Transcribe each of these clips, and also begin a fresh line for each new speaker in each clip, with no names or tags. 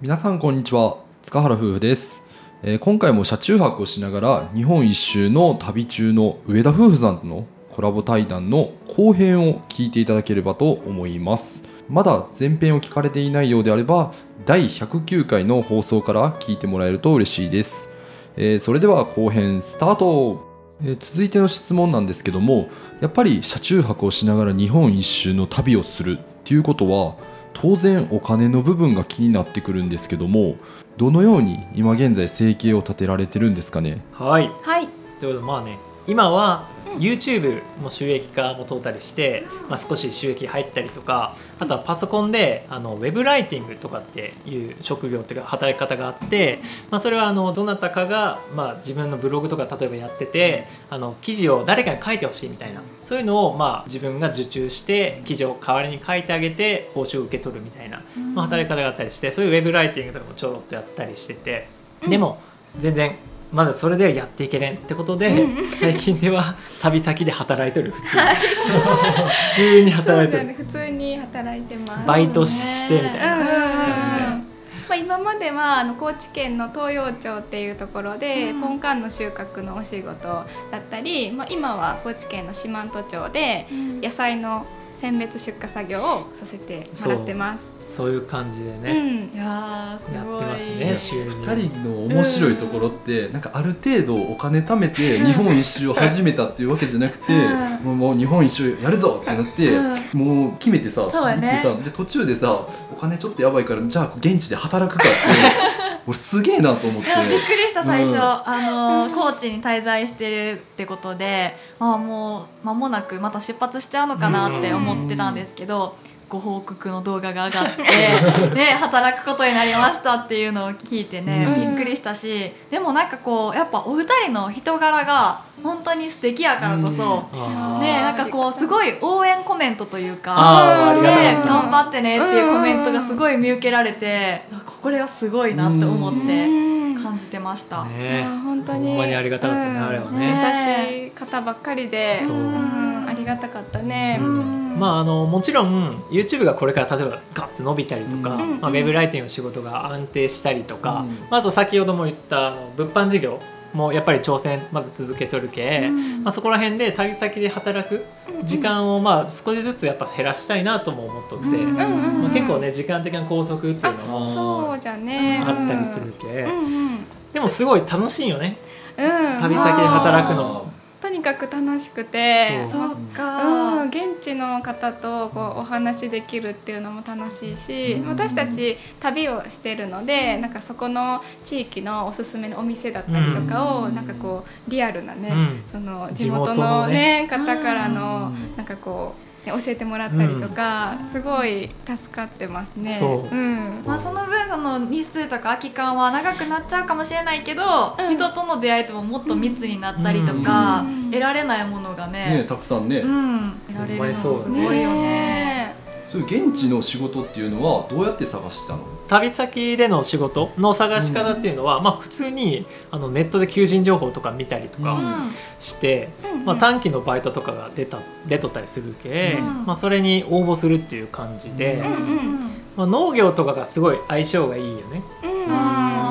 皆さんこんにちは塚原夫婦です、えー今回も車中泊をしながら日本一周の旅中の上田夫婦さんとのコラボ対談の後編を聞いていただければと思いますまだ前編を聞かれていないようであれば第109回の放送から聞いてもらえると嬉しいです、えーそれでは後編スタートえー続いての質問なんですけどもやっぱり車中泊をしながら日本一周の旅をするっていうことは当然お金の部分が気になってくるんですけどもどのように今現在生計を立てられてるんですかね
はい
はい、
ということでまあね今は YouTube も収益化も通ったりして、まあ、少し収益入ったりとかあとはパソコンであのウェブライティングとかっていう職業っていうか働き方があって、まあ、それはあのどなたかが、まあ、自分のブログとか例えばやっててあの記事を誰かに書いてほしいみたいなそういうのを、まあ、自分が受注して記事を代わりに書いてあげて報酬を受け取るみたいなまあ、働き方があったりしてそういうウェブライティングとかもちょろっとやったりしてて、
うん
でも全然まだそれではやっていけれんってことで、
う
最近では旅先で働いとる普通に 普通に
そう
働い
です
と
よ
る、
ね普通に働いてます
バイトしてみたいな
うんうんうん
感
まあ、今まではあの高知県の東洋町っていうところで、ポンカンの収穫のお仕事だったり、まあ、今は高知県の四万十町で野菜の選別出荷作業をさせてもらってます。
そういう感じで
う
ね、
ん、いやー
やってます
いや
ね週に
2人の面白いところってなんかある程度お金貯めて日本一周を始めたっていうわけじゃなくて
うん
もうもう日本一周やるぞってなってもう決めてさ
そうだね
進んでさで途中でさお金ちょっとやばいからじゃあ現地で働く かって俺すげえなと思って。
びっくりした最初、
うん
あの高知に滞在してるってことでああもう間もなくまた出発しちゃうのかなって思ってたんですけどご報告の動画が上が ってで働くことになりましたっていうのを聞いてね、
うん
びっくりしたしでもなんかこうやっぱお二人の人柄が本当に素敵やからこそ、
あー
ねなんかこうすごい応援コメントというか。
あーありがた
ね
か、った
頑張ってねっていうコメントがすごい見受けられて、あこれはすごいなって思って
うん
感じてました。
いや
ね
ー本当に
ほんまにありがたかったねあれはね
優しい方ばっかりで
そうん
ありがたかったね、
うん
まあ、あのもちろん YouTube がこれから例えばガッと伸びたりとか、
うん
まあ、ウェブライティングの仕事が安定したりとか、
うん
まあ、あと先ほども言ったあの物販事業もやっぱり挑戦まだ続けとるけ、
うん
まあ、そこら辺で旅先で働く時間をまあ少しずつやっぱ減らしたいなとも思っとって、
うん
うんうんうん
まあ、結構ね時間的な拘束っていうのも
そうじゃね
あったりするけ、
うんうん
でもすごい楽しいよね
うん、
旅先で働くの
まあとにかく楽しくて
そう
そっ
うん、
か。
現地の方とこうお話しできるっていうのも楽しいし、私たち旅をしてるのでなんかそこの地域のおすすめのお店だったりとかを、
うん
なんかこうリアルなね、
うん
その
地
地
元
元
の
の、
ね
ね方からの
うん
なんかこう、ね、教えてもらったりとか、すごい助かってますね。
そう
うん
まあその分その日数とか空き間は長くなっちゃうかもしれないけど、
うん
人との出会いとももっと密になったりとか、
うん
得られないものが
ね
ね、
たくさんね、
うん、得られるのがすごいよね。
ね
そういう現地の仕事っていうのはどうやって探してたの
旅先での仕事の探し方っていうのは、まあ、普通にあのネットで求人情報とか見たりと
う
か
ん
して、
うん
まあ、短期のバイトとかが出た出とったりするけ、
うん
まあ、それに応募するっていう感じで、
うん
うん
まあ、農業とかがすごい相性がいいよね。
うん
あ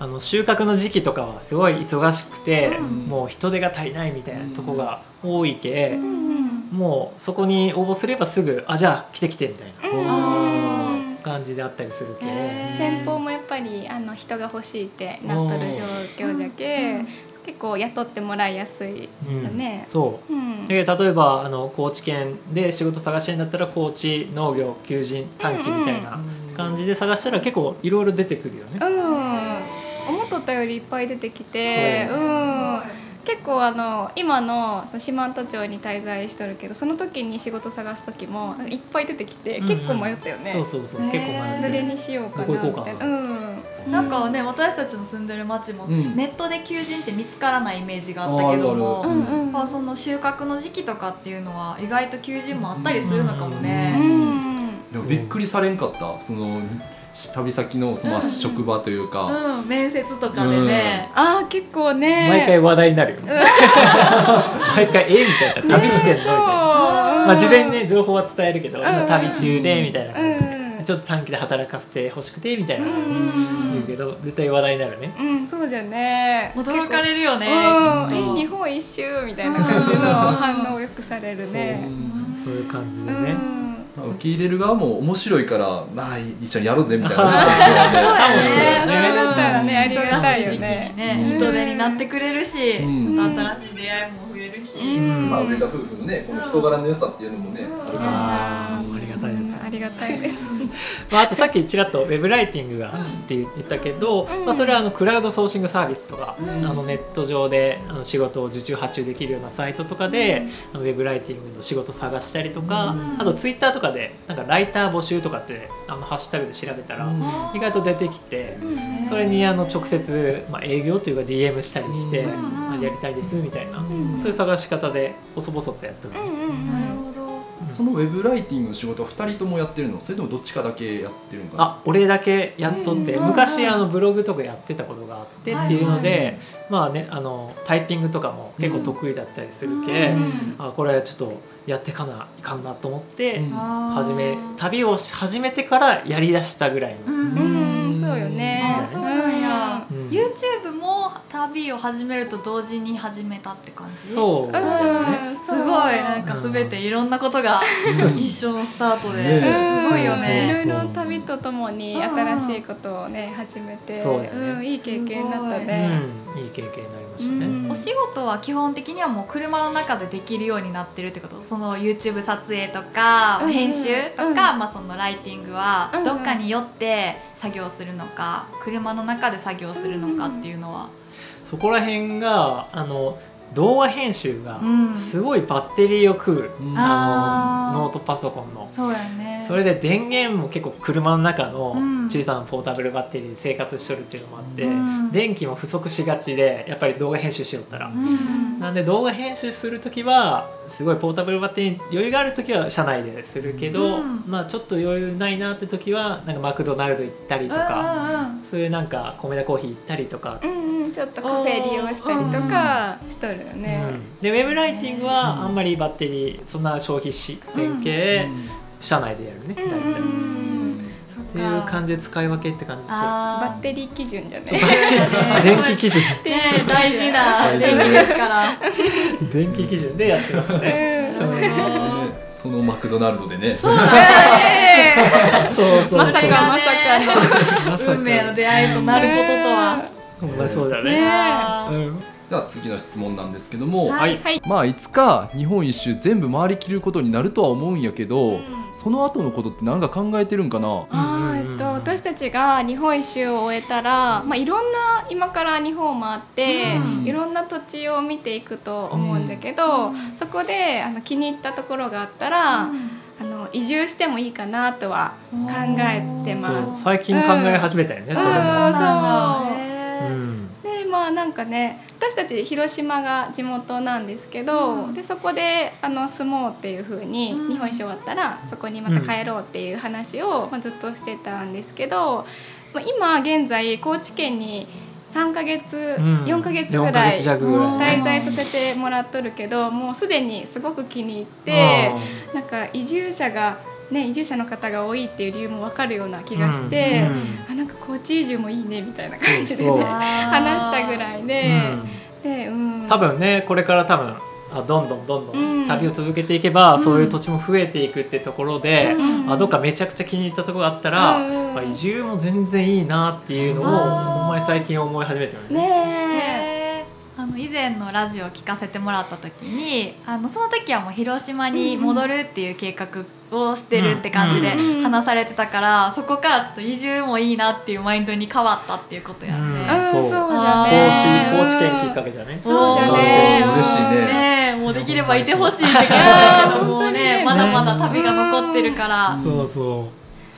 あの収穫の時期とかはすごい忙しくて、
うん
もう人手が足りないみたいなとこが多いけ、
ーうん
もうそこに応募すればすぐ「あじゃあ来て来て」みたいな
うん
あ
感じであったりするけ、
へー
先方もやっぱりあの人が欲しいってなっとる状況じゃけ、
うん
結構雇ってもらいやすいよ
うん
ね。
そう
うん
で例えばあの高知県で仕事探してんだったら高知農業求人短期みたいな感じで探したら結構いろいろ出てくるよね
う。ん、思っとったよりいっぱい出てきて、
そう
ん、結構あの今のその四万十町に滞在しとるけどその時に仕事探す時もいっぱい出てきて
うん
結構迷ったよね。
そうそうそう、
ね
結構迷っ
ど
て
れ
る
にしようか
ど
な
こ
み
行こう
た
か
い
な
な。うん
なんかね私たちの住んでる町も
うん
ネットで求人って見つからないイメージがあったけども、
あ
う
る
んうん
まあ、その収穫の時期とかっていうのは意外と求人もあったりするのかも
う
ね。
ん
でもびっくりされんかったその旅先のその
うん
職場というか、
うん、面接とかでね、
あー結構ね
毎回話題になるよ、 毎回「えみたいな「旅してんの?」みたいな、
ま
まあ、事前にね情報は伝えるけど「
ん
今旅中で」みたいな、
うん
ちょっと短期で働かせてほしくてみたいな
うん
言うけど絶対話題になるね
うん、そうじゃね。
驚かれるよね
うん
きっと
え日本一周みたいな感じの反応をよくされるね。
そうそういう感じで
う
ね、
ん
まあ受け入れる側も面白いからまあ一緒にやろうぜみたいな感じなんで
そうだ
ねそ
ね
れだったらねあり
忙
がた
し
い
い
よ
時期に
ね。
ね人手になってくれるし、
うん
また新しい出会いも増えるし、
うん
うん
まあ、上田夫婦のねこの人柄の良さっていうのもね、あるかな
あーありがたいです
ありがたい です。
まあ、あとさっきちらっとウェブライティングがって言ったけど、
うん
まあ、それはあのクラウドソーシングサービスとか、
うん
あのネット上であの仕事を受注発注できるようなサイトとかで、あのウェブライティングの仕事探したりとか、
うん
あとツイッターとかでなんかライター募集とかってあのハッシュタグで調べたら、
うん
意外と出てきて。
うん
それにあの直接、まあ、営業というか DM したりして、
うん
まあ、やりたいですみたいな、
ん
そういう探し方で細々とやってる、
うんうん
なる
うん。
ほど
そのウェブライティングの仕事は2人ともやってるのそれともどっちかだけやってるのかな
あ俺だけやっとって、
うん
昔あのブログとかやってたことがあってっていうので、
はい
まあねあのタイピングとかも結構得意だったりするけ、
うん
あこれちょっとやってかないかんなと思って、
うん
始め旅をし始めてからやりだしたぐらいの、
うん
うんうんそうよね。
あーそうなんや、
うん
YouTube も旅を始めると同時に始めたって感じ
そうだよね、
うん。
すごいなんか全ていろんなことが
うん
一緒のスタート
ね
で、
え
すごいよ
い
ね
ろいろ旅とともに新しいことをね始めて、
そうだよね
んいい経験になった
う
ね。
んいい経験になりましたね、
うん
お仕事は基本的にはもう車の中でできるようになってるってことその YouTube 撮影とか
うん
編集とか、
うん
まあ、そのライティングは
うん
どっかに寄って作業するのか車の中で作業するのかっていうのは、
そこら辺があの動画編集が
うん
すごいバッテリーを食う、
うん
あ
あー
のノートパソコンの
そうやね
それで電源も結構車の中の
うん
小さなポータブルバッテリーで生活しとるっていうのもあって、
うん
電気も不足しがちでやっぱり動画編集しよったら、
うん
なんで動画編集する時はすごいポータブルバッテリーに余裕がある時は車内でするけど、
うん
まあちょっと余裕ないなって時はなんかマクドナルド行ったりとか、
うん
そういうなんか米田コーヒー行ったりとか、
うんうん、ちょっとカフェ利用したりとかしとるよね。
うんでウェブライティングはあんまりバッテリーそんな消費し線系、車内でやるね大体、
うんうんうん
そっ
っ
か
ていう感じで使い分けって感じですよ
あ
バッ
ー
テリー基準じゃね。
電気基準
ね大事な
大事
電
な
気ですから。
電気基準でやってますね。
うん
うん
ねそのマクドナルドでね
そうだね。
そうそうそう
まさかまさ
ま
か
さか
の運命の出会いとなることとは。
ほんまそうだね。う
ね
ん
では次の質問なんですけども、
はい
はい。
まあいつか日本一周全部回りきることになるとは思うんやけど、その後のことって何か考えてるんかな
あ
うんうんうん
ーえっと、私たちが日本一周を終えたら、まあ、いろんな今から日本を回って、
うん
いろんな土地を見ていくと思うんだけど、そこであの気に入ったところがあったら、あの移住してもいいかなとは考えて
う
ます。
ん
そ
そう
う最近考え始めたよね。
ん
それも
そう
なんだ
そう
へー
ん
でまあなんかね私たち広島が地元なんですけど、
うん
でそこであの住もうっていう風に、
うん
日本一周終わったらそこにまた帰ろうっていう話を、まあ、ずっとしてたんですけど、まあ、今現在高知県に3ヶ月、
うん
4ヶ月ぐら
四
い
ヶ月弱ぐらい
滞在させてもらっとるけどもうすでにすごく気に入って
うん
なんか移住者が、ね、移住者の方が多いっていう理由も分かるような気がし
う
て、
んうん
あなんか高知移住もいいねみたいな感じで
そう
ね
そう
話したぐらいで、で、うん、
多分ねこれから多分あどんどんどんど
うん
ん旅を続けていけば、
うん
そういう土地も増えていくってところで、
うん
あどっかめちゃくちゃ気に入ったところがあったら、
うん
まあ、移住も全然いいなっていうのをほ
あー
んまに最近思い始めてるね。
ねえ、
へーあの以前のラジオを聞かせてもらった時にあのその時はもう広島に戻るっていう計画をしてるって感じで
うんうん
話されてたからそこからちょっと移住もいいなっていうマインドに変わったっていうことやんね。
うん
うん、そうじ
あ
ゃ
高知
ね
高知県きっかけじゃね。
そうじゃ
ね
嬉しいね
ねえもうできればいてほしいって感じだけどもう
いや
ね
ー
まだまだ旅が残ってるから、
そうそう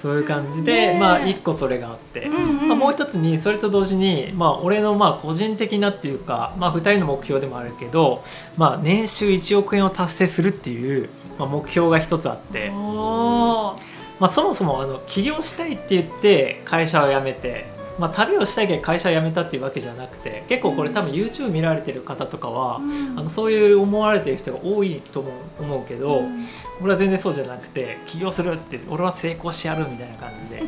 そういう感じで、
ね
まあ一個それがあって、
うんうん
まあ、もう一つにそれと同時に、まあ、俺のまあ個人的なっていうか、まあ、2人の目標でもあるけど、まあ、年収1億円を達成するっていう、まあ、目標が一つあって、
おー
まあ、そもそもあの起業したいって言って会社を辞めて、まあ、旅をしたいけど会社辞めたっていうわけじゃなくて結構これ多分 YouTube 見られてる方とかは、あのそういう思われてる人が多いと思う思うけど、俺は全然そうじゃなくて起業するって俺は成功してやるみたいな感じで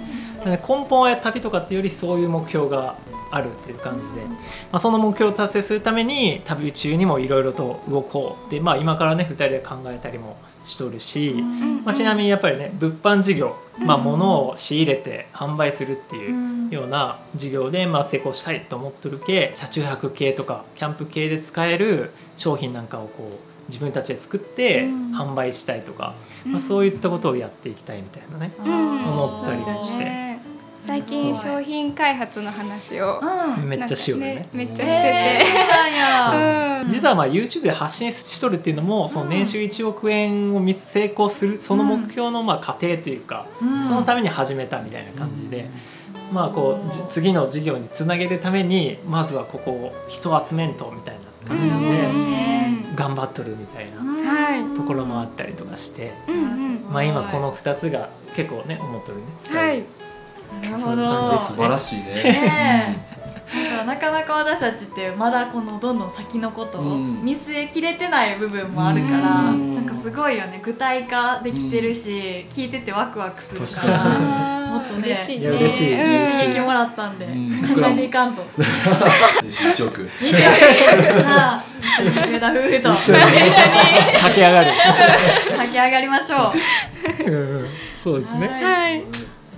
なんで根本は旅とかっていうよりそういう目標があるっていう感じで、まあ、その目標を達成するために旅中にもいろいろと動こうで、まあ、今からね2人で考えたりもしとるし。まあ、ちなみにやっぱりね物販事業、まあ、
うん
物を仕入れて販売するっていううんような事業で、まあ、成功したいと思っとる系車中泊系とかキャンプ系で使える商品なんかをこう自分たちで作って
うん
販売したいとか、
うん
まあ、そういったことをやっていきたいみたいなね。思ったり
そうだ
して
ね最近商品開発の話を
うん
めっちゃしようよね
なんかめっち
え
ゃしてて、
ーそうなんや
うん
実はまあ YouTube で発信しとるっていうのもその年収1億円を見成功するその目標のまあ過程というか、
うん
そのために始めたみたいな感じで、まあこうじ次の事業につなげるためにまずはここを人を集めんとみたいな感じ
うんうん
で
うん
頑張っとるみたいな
はい
ところもあ
っ
ったりとかして、
うんうん
まあ今この2つが結構ね思っとるね。
はい、
なる
そ
ほ
んな
ど
感じ
素晴らしいね。
ねえなんかなかなか私たちってまだこのどんどん先のことを
うん
見据えきれてない部分もあるから、
うん
なんかすごいよね具体化できてるし、聞いててワクワクするか
確かに
ら。
も
もっとね
嬉しい
い
ね
や嬉しい
うん
嬉しい
刺激もらったんで、
うん
考えていかんと。
一億。
似てるなあ、上田夫婦と
一緒に駆け上がる。
駆け上がりましょう。あ
うんそうですね。
はい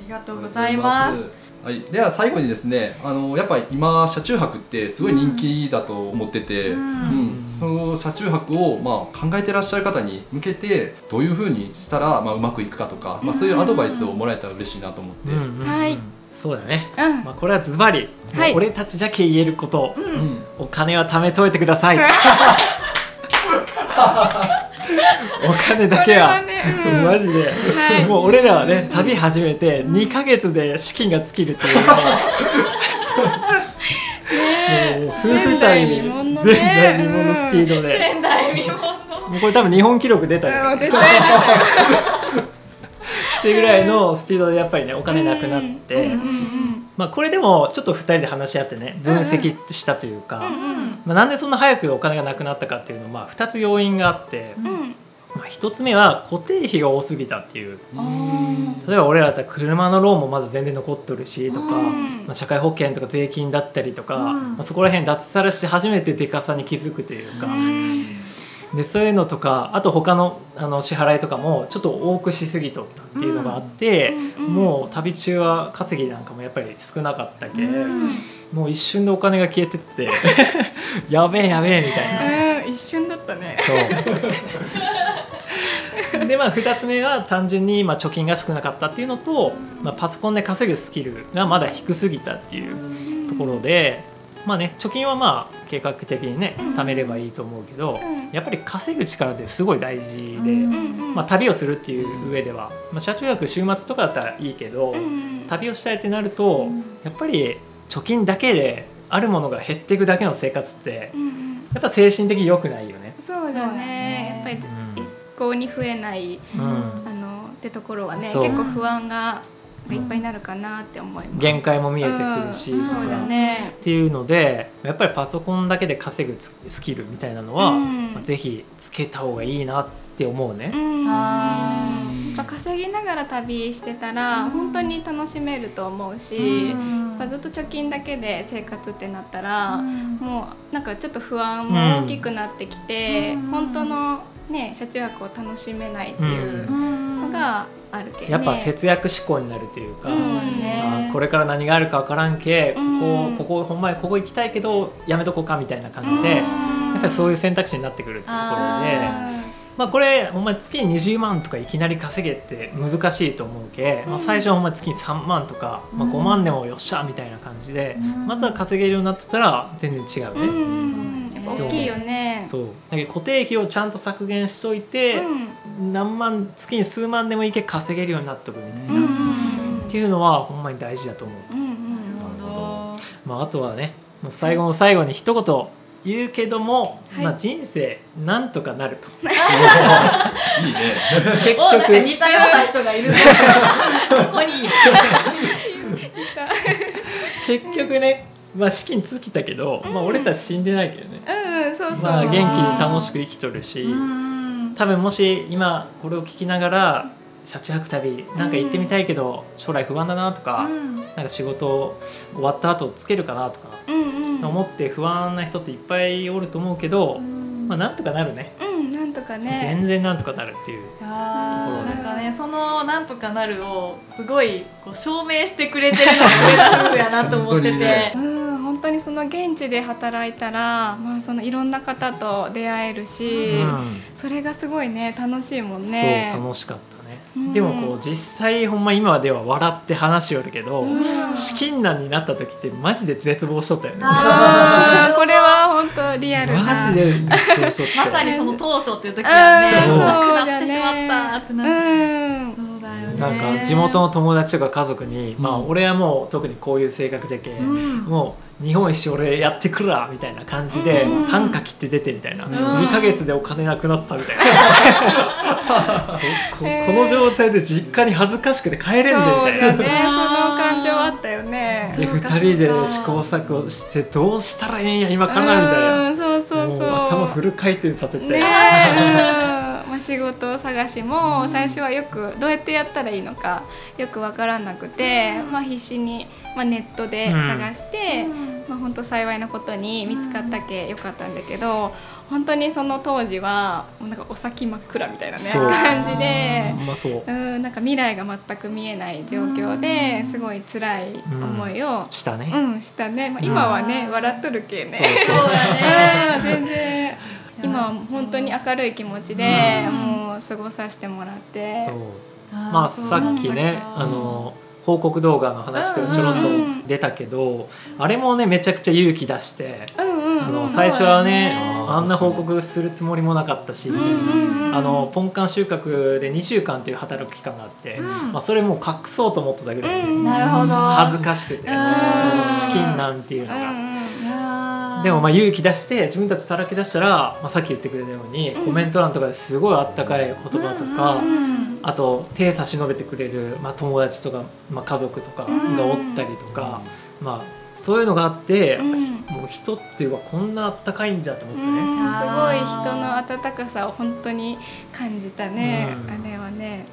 りがとうございます。。
はい、では最後にですね、あのやっぱり今車中泊ってすごい人気だと思ってて、う
う
んんその車中泊をまあ考えてらっしゃる方に向けてどういうふうにしたらまあうまくいくかとか、まあそういうアドバイスをもらえたら嬉しいなと思って。
うんうん
はい
そうだね。
うん
まあこれはズバリ、
はい
俺たちじゃけ言えること、
うん
お金は貯めといてください。 お金だけは
これね うん
マジで、
はい
もう俺らはね旅始めて2ヶ月で資金が尽きるっていうのはもう夫婦旅に
前代未聞
前代未聞のスピード
のね
で、
仙台未聞の。
もうこれ多分日本記録出たよ
うん絶対
っていうぐらいのスピードでやっぱりねお金なくなって、
うんうん
まあ、これでもちょっと2人で話し合ってね分析したというか、
うん うん
まあ、なんでそんな早くお金がなくなったかっていうのは、まあ、2つ要因があって、
うんうん
まあ、1つ目は固定費が多すぎたっていう
あ
例えば俺らだったら車のローンもまだ全然残っとるしとか、
うん
まあ、社会保険とか税金だったりとか、
うん
まあ、そこら辺脱サラして初めてでかさに気づくというか、
うん
でそういうのとかあと他のあの支払いとかもちょっと多くしすぎとったっていうのがあって、
うん
もう旅中は稼ぎなんかもやっぱり少なかったけ、
うん
もう一瞬でお金が消えてって やべえやべえみたいな。
うん一瞬だったね
そう でまあ2つ目は単純にまあ貯金が少なかったっていうのと、まあ、パソコンで稼ぐスキルがまだ低すぎたっていうところで、まあね、貯金はまあ計画的にね
うん
貯めればいいと思うけど、
うん
やっぱり稼ぐ力ってすごい大事で、
うん
まあ、旅をするっていう上では、まあ、車中泊週末とかだったらいいけど、旅をしたいってなるとやっぱり貯金だけであるものが減っていくだけの生活ってやっぱ精神的に良くないよね。
そうだね
そうだね
やっぱり一向に増えない
うん
あのってところはね結
そう
構不安がいっぱいになるかなって思います
限界も見えてくるし、
うん
とか
そうだね
っていうのでやっぱりパソコンだけで稼ぐススキルみたいなのは、
うん
まあぜひつけた方がいいなって思うね。
うん
あ
やっぱ稼ぎながら旅してたら本当に楽しめると思うし、やっぱずっと貯金だけで生活ってなったら、もうなんかちょっと不安も大きくなってきて、
うん
本当のね車中泊を楽しめないっていう
う
のがあるけど、ね
やっぱ節約志向になるというか、
そう
あ
ね
ーこれから何があるか分からんけ、
うん
ここここほんまにここ行きたいけどやめとこうかみたいな感じで、やっぱりそういう選択肢になってくるってところで
あ
まあ、これほんまに月に20万とかいきなり稼げって難しいと思うけ、まあ、最初はほんまに月に3万とか、まあ、
うん
5万でもよっしゃみたいな感じで、
うん
まずは稼げるようになってたら全然違う
うん
ね。
うんやっぱ大きいよね。
そうだけど固定費をちゃんと削減しといて、何万月に数万でもいいけ稼げるようになっとくみたいな、
うんうん
っていうのはほんまに大事だと思う、
うんうん
なるほど。
まあ、あとはねもう最後の最後に一言言うけども、
はい
まあ、人生なんとかなると
いいね。
結
お、なんか
局
似たような人がいるぞ。ここに。
結局ね、まあ、資金尽きたけど、まあ、俺たち死んでないけどね、
うんうんそうそう、
まあ、元気に楽しく生きとるし、
うん
多分もし今これを聞きながら車中泊旅なんか行ってみたいけど将来不安だなとか、
うん
なんか仕事終わった後つけるかなとか
うんうん
思って不安な人っていっぱいおると思うけど、まあ、なんとかなるね
うんなんとかね
全然なんとかなるっていう
いやーなんかねその「なんとかなる」をすごいこう証明してくれてるのが上田夫婦やなと思
本
って
当に
て
ね。
うん本当にその現地で働いたら、まあ、そのいろんな方と出会えるし、
うん
それがすごいね楽しいもんね。
そう楽しかったね、
うん
でもこう実際ほんま今では笑って話しよるけど、
うん
資金難になった時ってマジで絶望しとったよね
あ
あーこれは本当リアルな。
マジで絶望しとった
まさにその当初っていう時
うん。
はね、
そう
なくなってしまったってなって、
うん。
そうだよね。
なんか地元
の、
の友達とか家族に、まあ
うん
俺はもう特にこういう性格じゃけ、
うん、
もう日本一周俺やってくらみたいな感じで、
うん
もう単価切って出てみたいな、
うん
2か月でお金なくなったみたいなここ この状態で実家に恥ずかしくて帰れん
そう
でみたいな。
だ ね。その感情あったよね。
で
そうか
2人で試行錯誤してどうしたらええんや今からみたい
うんそうそ
な
うそう。
もう頭フル回転させて、
ねえ、うんまあ、仕事探しも最初はよくどうやってやったらいいのかよく分からなくて、まあ、必死に、まあ、ネットで探して、まあ、本当幸いなことに見つかったけよかったんだけど本当にその当時はもうなんかお先真っ暗みたいな、ね、
そう
感じで
ほ。んまそう
うんなんか未来が全く見えない状況
うん
ですごい辛い思いを、
したね、
うんしたね、まあ、今はね、
うん
笑っとるけね
そう
そうだね。
うん 全然今は本当に明るい気持ちで、
うん
もう過ごさせてもらって
そう
ー
まあ
そう
さっきね
なんだ
あの報告動画の話とちょろっと出たけど、あれもねめちゃくちゃ勇気出して、
うんうんうん
あの
そう
最初はね
そうだよね
あんな報告するつもりもなかったし、
うん
み
う
たいなん
うん
あのポンカン収穫で2週間という働く期間があって、
うん
まあ、それもう隠そうと思ってたぐらい、
うん
なるほど。
恥ずかしくて、
ん
資金なんていううんのが。
いやー
でもまあ勇気出して自分たちさらけ出したら、まあ、さっき言ってくれたように、
うん
コメント欄とかですごいあったかい言葉とか、
うんうん
あと手差し伸べてくれる、まあ、友達とか、まあ、家族とかがおったりとか、まあ、そういうのがあって、
うん
もう人っていうのはこんなあったかいんじゃと思って
う
ね、
んすごい人の温かさを本当に感じたね、
うん
あれはね。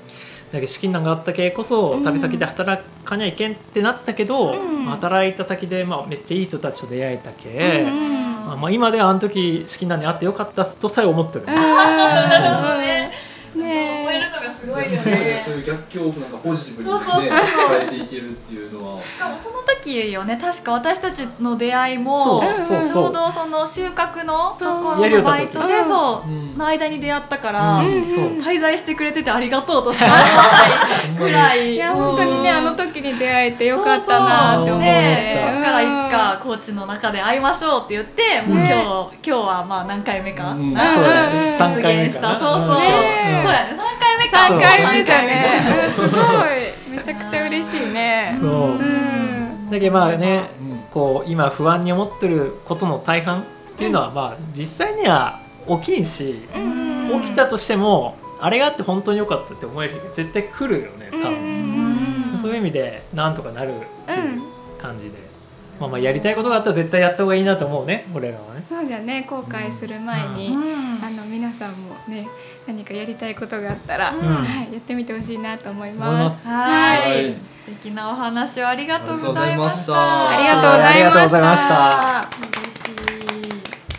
だけど資金難があったけこそ
うん
旅先で働かにゃいけんってなったけど、
うん
まあ働いた先で、まあ、めっちゃいい人たちと出会えたけ、
うんうん
まあ、まあ今ではあの時資金難にあってよかったとさえ思ってる、
うんうんうん
ね
ね
覚えるのがすごいよね。
そういう逆境をなんかポジティブに
そうそう
ね変えていけるっていうのは
しかもその時よね確か私たちの出会いも
そうそう
ちょ
そうう、
どその収穫のとこ
そう
ろのバイト
やりよった
で
時
そううんの間に出会ったから、
うんそう
うん
滞在してくれててありがとうとしか言わないぐらい
いや本当にねあの時に出会えてよかった
ー
なって思って
ねえそっからいつ
うん
かコーチの中で会いましょうって言ってもう今日、
ね
今日はまあ何回目か、
うん
実
あそうだ
うんうんう
ね三回目
ん
現し
か
た
な
そうそう、
ん
ねえ
そうやね3回目か
三回目じゃ
そう
ね。うんすごい、めちゃくちゃ嬉しいね。
そう
うん
だけどまあね
うん
こう今不安に思ってることの大半っていうのは、まあ実際には起きんし、
うん
起きたとしてもあれがあって本当に良かったって思える日が絶対来るよね多
うんうん
分、
うん
そういう意味でなんとかなるって
う、
いうん感じで、まあまあやりたいことがあったら絶対やった方がいいなと思うね俺らはね
そうじゃね、後悔する前
う
に、
ん
あの皆さんもね、何かやりたいことがあったら、
うん
はい、やってみてほしいなと思い
思いま
ますす。
はい、
はい
素敵なお話をありがとうございました
あ
ありがとうござい
あ
ました。
りがとうございました
嬉しい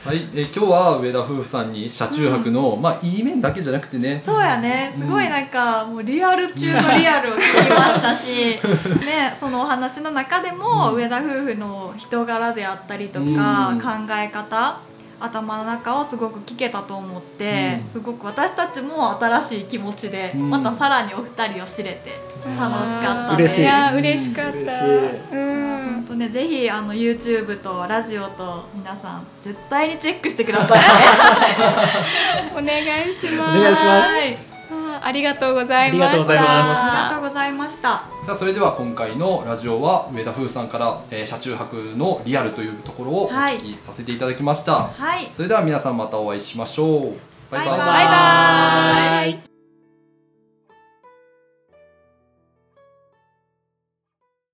はい、えー今日は上田夫婦さんに車中泊の、まあいい面だけじゃなくてね
そうやねすごいなんかもうリアル中のリアルを聞きましたし、ね、そのお話の中でも上田夫婦の人柄であったりとか、
うん
考え方頭の中をすごく聞けたと思って、
うん
すごく私たちも新しい気持ちで、
うん
またさらにお二人を知れて
うん
楽しかった
嬉
で
し
す。
い
いや、嬉しかっ。
嬉したい
うん
本。当ね、ぜひあの YouTube とラジオと皆さん絶対にチェックしてください。
お願いします。
お願いします
はい、
あーありがとうございました。
ありがとうございま
ありがとうございました。
じゃあそれでは今回のラジオは上田夫婦さんから、えー車中泊のリアルというところをお
はい
聞きさせていただきました、
はい。
それでは皆さんまたお会いしましょうバイバイ
バイバイ
バイバイ。